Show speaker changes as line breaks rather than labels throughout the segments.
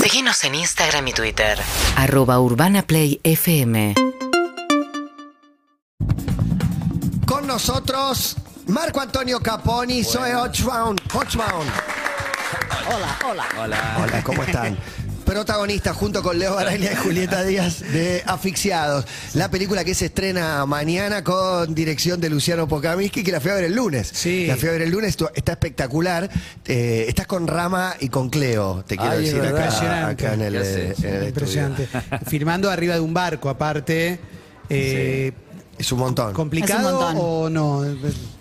Seguinos en Instagram y Twitter.
Arroba Urbana Play FM.
Con nosotros, Marco Antonio Caponi, soy Hodgman. Hodgman.
Hola, hola.
Hola, ¿cómo están? Protagonista junto con Leo Baraglia y Julieta Díaz de Asfixiados, la película que se estrena mañana con dirección de Luciano Pocaminsky, que la fui a ver el lunes.
Sí.
La fui a ver el lunes, tu- está espectacular. Eh, estás con Rama y con Cleo, te quiero
Ay, es
decir, acá,
verdad.
acá en el, eh,
¿Qué haces?
en el estudio.
Impresionante. Firmando arriba de un barco, aparte. Eh,
Es un montón.
Es un
¿Complicado
montón.
o no?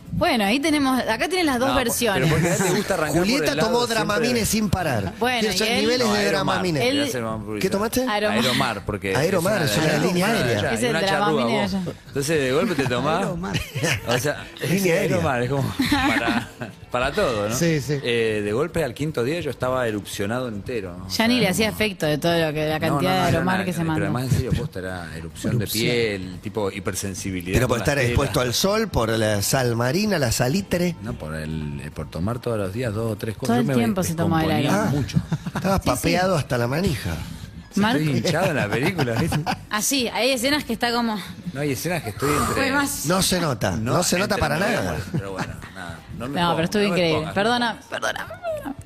Bueno, ahí tenemos, acá tienen las dos
No, por-
versiones.
pero porque a él le gusta arrancar por
Julieta
el lado
tomó
siempre-
Dramamine sin parar.
Bueno,
Quiero saber
y él-
niveles
No,
de
Aeromar.
Dramamine.
Él-
Él-
¿Qué tomaste?
Aeromar.
Aeromar, porque.
Aeromar, es una línea aérea.
allá,
Es
y
el
una charrúa,
Dramamine
vos.
allá.
Entonces, de golpe te tomás. O sea, es
Línea aérea.
Aeromar, es como. Para, para todo, ¿no?
Sí, sí.
Eh, de golpe, al quinto día, yo estaba erupcionado entero. ¿no? O
Ya
sea,
ni le
no-
hacía efecto de todo lo que la
no, no,
cantidad
no,
de
era
aromar
una-
que se
Pero
mandó.
además, en serio, posta, era erupción, de piel, tipo hipersensibilidad.
Pero por
con
estar
las
expuesto
telas.
al sol, por la sal marina, la salitre.
No, por, el, eh, por tomar todos los días dos o tres cosas.
Todo
Yo
el
me
tiempo se tomó el
descomponía
Aeromar.
mucho.
Ah, Estabas papeado hasta la manija.
Sí,
Marco-
Estoy hinchado en la película, ¿viste?
Así, Ah, hay escenas que está como.
No hay escenas que estoy entre.
Fue más.
No se nota, no, se nota
entre
para
nueve,
nada.
Pero bueno, nada. No, me
No,
pongo,
pero estuvo
no me
increíble.
pongas,
Perdona,
no me
perdona.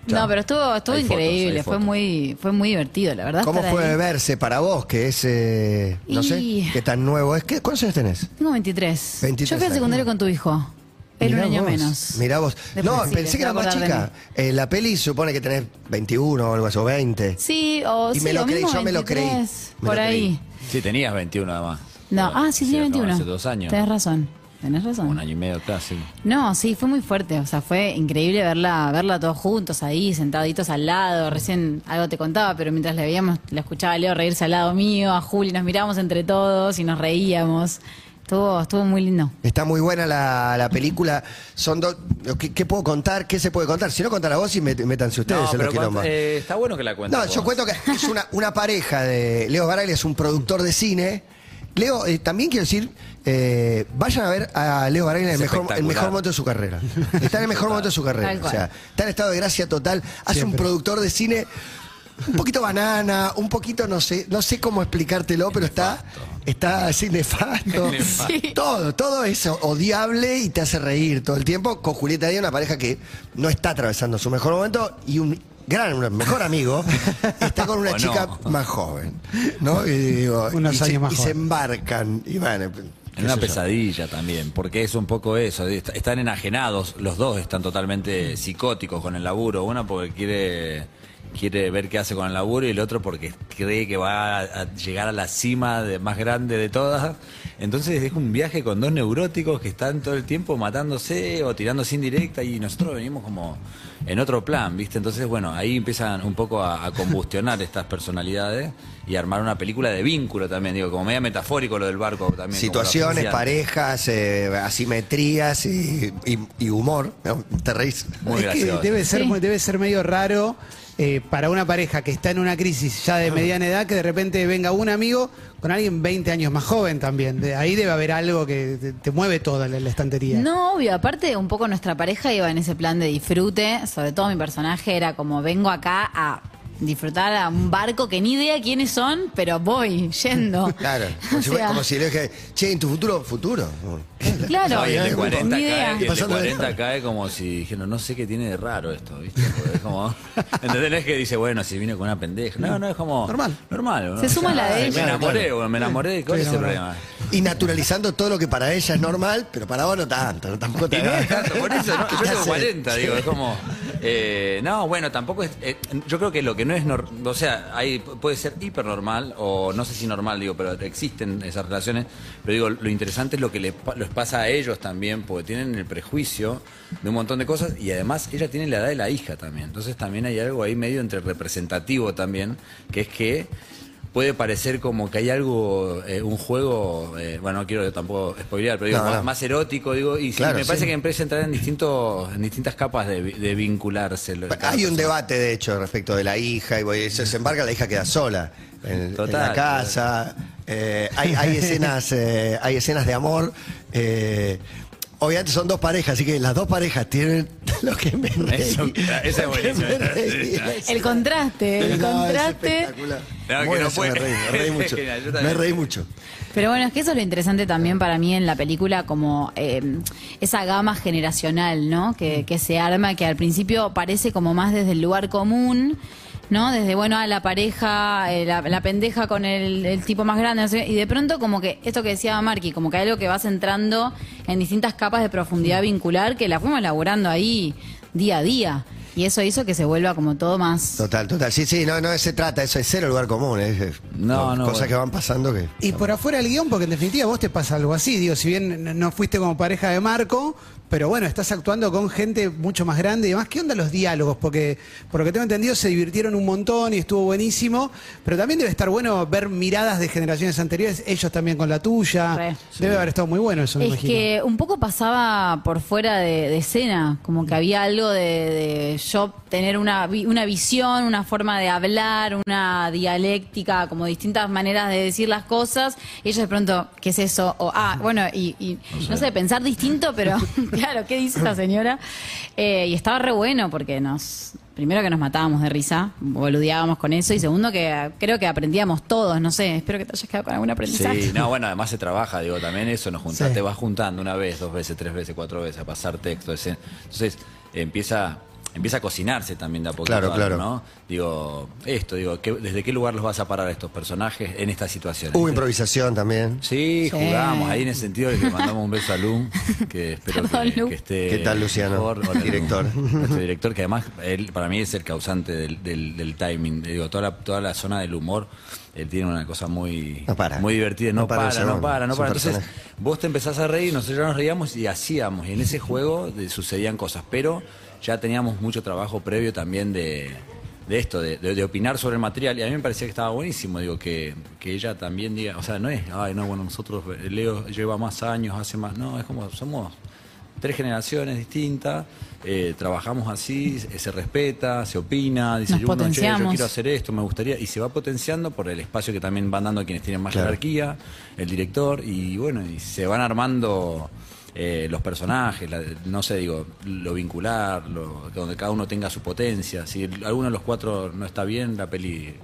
Chao.
No, pero estuvo, estuvo
Hay fotos,
increíble.
hay
fue
fotos.
muy, fue muy divertido, la verdad.
¿Cómo
estar
fue
ahí.
verse para vos, que es, eh, no
Y-
sé, qué tan nuevo es? ¿Qué, ¿Cuántos años tenés?
Tengo 23.
23
Yo fui al
años.
secundario con tu hijo. Era
Mirá
un año
vos,
menos.
Mirá vos.
Después
no,
sí,
pensé
se
que era
va a
más
acordar de
chica.
mí.
Eh, la peli supone que tenés 21 o algo así, o 20.
Sí, o
Y
sí,
me lo
o
creí,
mismo
yo me lo creí.
23,
Me lo
por
creí.
ahí.
pongas. Sí, tenías 21 nada más.
No,
Pero,
ah, sí, tenía
lo acabamos
21.
Hace dos años.
Tenés razón. Tenés razón.
Un año y medio casi.
No, sí, fue muy fuerte. O sea, fue increíble verla, verla todos juntos ahí, sentaditos al lado. Recién algo te contaba, pero mientras la veíamos, la escuchaba a Leo reírse al lado mío, a Juli, nos mirábamos entre todos y nos reíamos. Estuvo, estuvo muy lindo.
Está muy buena la, la película. Son dos. ¿qué, qué puedo contar? ¿Qué se puede contar? Si no, contar a vos y met- métanse ustedes en los
pero
quilombos.
cont- eh, está bueno que la cuentes.
No, yo
vos.
cuento que es una, una pareja de. Leo Baraglia es un productor de cine. Leo, eh, también quiero decir, eh, vayan a ver a Leo Baraglia en el
Es
mejor, el mejor
espectacular.
momento de su carrera. Está en el mejor momento de su
Tal
carrera. O
cual.
sea, está en estado de gracia total. Hace un productor de cine un poquito banana, un poquito, no sé, no sé cómo explicártelo, pero está. Está así nefasto. Todo, todo es odiable y te hace reír todo el tiempo. Con Julieta Díaz, una pareja que no está atravesando su mejor momento y un gran, un mejor amigo está con una
O no.
chica más joven, ¿no? Y, digo,
Unos
y se,
años más
y se
joven.
embarcan y bueno. qué
Es una
sé yo.
pesadilla también, porque es un poco eso. est- Están enajenados, los dos están totalmente psicóticos con el laburo. Uno porque quiere, quiere ver qué hace con el laburo y el otro porque cree que va a, a llegar a la cima de, más grande de todas. Entonces es un viaje con dos neuróticos que están todo el tiempo matándose o tirándose indirecta y nosotros venimos como en otro plan, ¿viste? Entonces, bueno, ahí empiezan un poco a, a combustionar estas personalidades y armar una película de vínculo también, digo, como media metafórico lo del barco también también, como lo
Situaciones,
oficial.
parejas, eh, asimetrías y, y- y humor. ¿no? Te reís.
Muy
es que
gracioso.
debe ser,
Sí.
muy- debe ser medio raro eh, para una pareja que está en una crisis ya
Ah.
de mediana edad que de repente venga un amigo con alguien 20 años más joven también. De ahí debe haber algo que te, te mueve toda la, la estantería.
No, obvio, aparte un poco nuestra pareja iba en ese plan de disfrute, sobre todo mi personaje era como vengo acá a disfrutar a un barco que ni idea quiénes son, pero voy yendo.
Claro, como si,
O sea,
como si le dije, che, ¿en tu futuro? Futuro.
Claro,
No, y el de 40
ni
cae,
idea.
y el de
Pasando de-
40 cae como si dijeron, no sé qué tiene de raro esto, ¿viste? Porque es como, ¿entendés? No es que dice, bueno, si vino con una pendeja. No, no, es como...
Normal.
Normal. ¿no?
Se suma la de
me
ella.
enamoré, bueno, me enamoré, ¿cuál es el
Estoy
problema?
Y naturalizando todo lo que para ella es normal, pero para vos no tanto, no, tampoco
Y
te
no,
hagas.
claro, por eso, ¿no? yo
¿Qué
tengo
haces?
40, digo,
Sí.
es como... eh, no, bueno, tampoco es... eh, yo creo que lo que no es... nor- o sea, hay, puede ser hipernormal o no sé si normal, digo, pero existen esas relaciones. Pero digo, lo interesante es lo que les, pa- les pasa a ellos también, porque tienen el prejuicio de un montón de cosas y además ella tiene la edad de la hija también. Entonces también hay algo ahí medio entre representativo también, que es que puede parecer como que hay algo, eh, un juego, eh, bueno, no quiero tampoco spoilear, pero digo,
No,
más,
no.
más erótico, digo, y sí,
Claro,
me parece
sí.
que empieza a entrar en, distintos, en distintas capas de, vi- de vincularse. lo- cada
Hay un
persona.
debate, de hecho, respecto de la hija, y voy- se se embarca, la hija queda sola en, en la
Total.
casa. Eh, hay, hay escenas, eh, hay escenas de amor. eh, obviamente son dos parejas, así que las dos parejas tienen lo que me reí.
Eso, esa es
Lo que
buenísima.
me reí.
El contraste, el
No, es
contraste.
espectacular.
Claro que
Bueno,
no
sí,
puede.
me reí, me reí mucho.
Genial, yo
me
también.
reí mucho.
Pero bueno, es que eso es lo interesante también para mí en la película, como eh, esa gama generacional, ¿no? Que, que se arma, que al principio parece como más desde el lugar común, ¿no? Desde, bueno, a la pareja, eh, la, la pendeja con el, el tipo más grande, no sé, y de pronto como que esto que decía Marky, como que hay algo que vas entrando en distintas capas de profundidad vincular que la fuimos laburando ahí día a día. Y eso hizo que se vuelva como todo más...
Total, total. Sí, sí, no, no se trata, eso es cero lugar común. es- es-
No, no,
Cosas
bueno.
que van pasando que.
Y por afuera el guión, porque en definitiva vos te pasa algo así, digo, si bien n- no fuiste como pareja de Marco, pero bueno, estás actuando con gente mucho más grande y demás. ¿Qué onda los diálogos? Porque, por lo que tengo entendido, se divirtieron un montón y estuvo buenísimo, pero también debe estar bueno ver miradas de generaciones anteriores, ellos también con la tuya.
Re.
Debe haber estado muy bueno eso, me
Es
imagino.
que un poco pasaba por fuera de, de escena, como que había algo de, de yo tener una, vi- una visión, una forma de hablar, una dialéctica, como distintas maneras de decir las cosas. Y ellos de pronto, ¿qué es eso? O, ah, bueno, y, y no sé, pensar distinto, pero claro, ¿qué dice esta señora? Eh, y estaba re bueno porque nos... Primero que nos matábamos de risa, boludeábamos con eso, y segundo que creo que aprendíamos todos, no sé, espero que te hayas quedado con algún aprendizaje.
Sí, no, bueno, además se trabaja, digo, también eso, nos juntas,
Sí.
te vas juntando una vez, dos veces, tres veces, cuatro veces a pasar texto. escena. Entonces empieza, empieza a cocinarse también de a poquito,
Claro, claro.
¿no? Digo, esto, digo, ¿qué- ¿desde qué lugar los vas a parar a estos personajes en esta situación?
Hubo improvisación también.
Sí,
Sí.
jugamos, ahí en el sentido de que mandamos un beso a Lu, que espero
Perdón,
que,
Lu.
que esté
¿Qué tal, Luciano?
mejor. Hola, Lu.
Director.
Nuestro director, que además él para mí es el causante del, del- del timing. Digo, toda la, toda la zona del humor, él tiene una cosa muy,
No para.
muy divertida, no,
No para
para,
el
no
chabón,
para, no
es un
para. Entonces,
personaje.
vos te empezás a reír, nosotros ya nos reíamos y hacíamos, y en ese juego de- sucedían cosas, pero ya teníamos mucho trabajo previo también de, de esto, de, de- de opinar sobre el material, y a mí me parecía que estaba buenísimo, digo, que, que ella también diga, o sea, no es, ay, no, bueno, nosotros, eh, Leo lleva más años, hace más, no, es como, somos tres generaciones distintas, eh, trabajamos así, se se respeta, se opina, dice,
Nos
yo, bueno, che, yo
potenciamos.
quiero hacer esto, me gustaría, y se va potenciando por el espacio que también van dando quienes tienen más
Claro.
jerarquía, el director, y bueno, y se van armando eh, los personajes, la- no sé, digo, lo vincular, lo- donde cada uno tenga su potencia, si el- alguno de los cuatro no está bien, la peli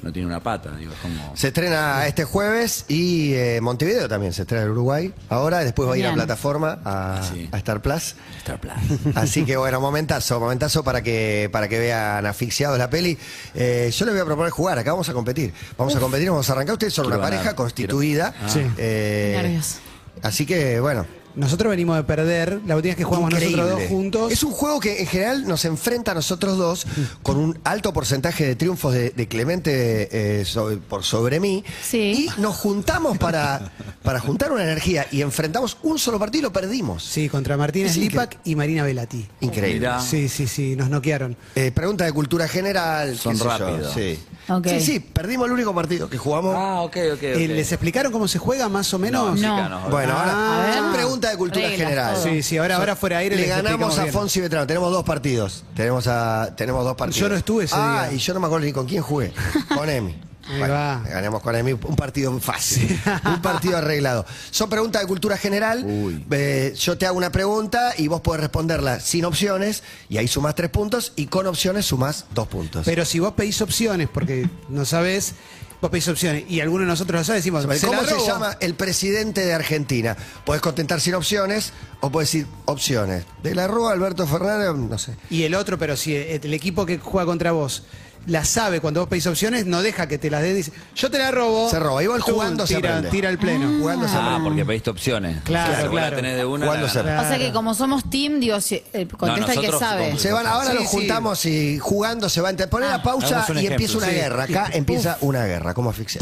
no tiene una pata, digo, es como...
Se estrena este jueves y eh, Montevideo también se estrena en Uruguay. Ahora, después va a ir a
Bien.
plataforma, a,
Sí.
a Star Plus.
Star Plus.
Así que bueno, momentazo, momentazo para que, para que vean asfixiados la peli. Eh, yo les voy a proponer jugar, acá vamos a competir. Vamos a competir, vamos a arrancar. Ustedes son
Quiero
una pareja
ganar,
constituida.
quiero- Ah.
Sí.
Eh,
Nervios.
Así que bueno.
Nosotros venimos de perder, la última vez que jugamos nosotros
increíble.
dos juntos.
Es un juego que en general nos enfrenta a nosotros dos con un alto porcentaje de triunfos de, de Clemente eh, sobre- por sobre mí.
Sí.
Y nos juntamos para, para juntar una energía y enfrentamos un solo partido y lo perdimos.
Sí, contra Martínez
Es incre- Ah.
Lipak y Marina Velati.
Increíble.
Mirá.
Sí, sí, sí, nos noquearon.
Eh, pregunta de cultura general.
Son
qué sé yo,
rápidos.
Sí.
Ok.
sí, sí, perdimos el único partido que jugamos.
Ah, ok, ok,
Eh, ¿Les explicaron cómo se juega más o menos?
No.
explicanos.
Bueno,
Ah.
ahora
A ver.
pregunta de cultura
Reglas,
general.
todo.
Sí, sí, ahora, ahora fuera aire
Le
les
ganamos
explicamos
a
bien.
Fonsi Vetrano. Tenemos dos partidos. Tenemos a tenemos dos partidos.
Yo no estuve ese
Ah,
día.
y yo no me acuerdo ni con quién jugué. Con Emi.
Ahí
Bueno,
va.
Ganamos con Emi un partido fácil, un partido arreglado. Son preguntas de cultura general.
Uy.
Eh, yo te hago una pregunta y vos podés responderla sin opciones y ahí sumás tres puntos y con opciones sumás dos puntos.
Pero si vos pedís opciones, porque no sabés, vos pedís opciones y alguno de nosotros lo sabe, decimos,
¿Cómo
"Se la
se
robo".
llama el presidente de Argentina? Podés contentar sin opciones o podés decir opciones. De la Rúa, Alberto Fernández, no sé.
Y el otro, pero si el el equipo que juega contra vos la sabe cuando vos pedís opciones, no deja que te las dé, dice, yo te la robo.
Se roba, igual
Tú
jugando se
tira,
aprende.
tira el pleno.
Jugando se
Ah,
aprende.
porque pediste opciones.
Claro,
O sea, si vos la
claro.
tenés de una,
¿Cuándo
la-
se-
O sea que como somos team, digo, si- eh, contesta el que
nosotros
sabe.
somos-
Se van, ahora
Sí,
los
sí.
juntamos y jugando se van. Poner la pausa
Ah, hagamos un
y empieza
ejemplo,
una
sí.
guerra. Acá empieza una guerra, como asfixia.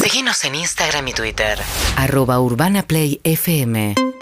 Seguinos en Instagram y Twitter.
arroba urbanaplayfm.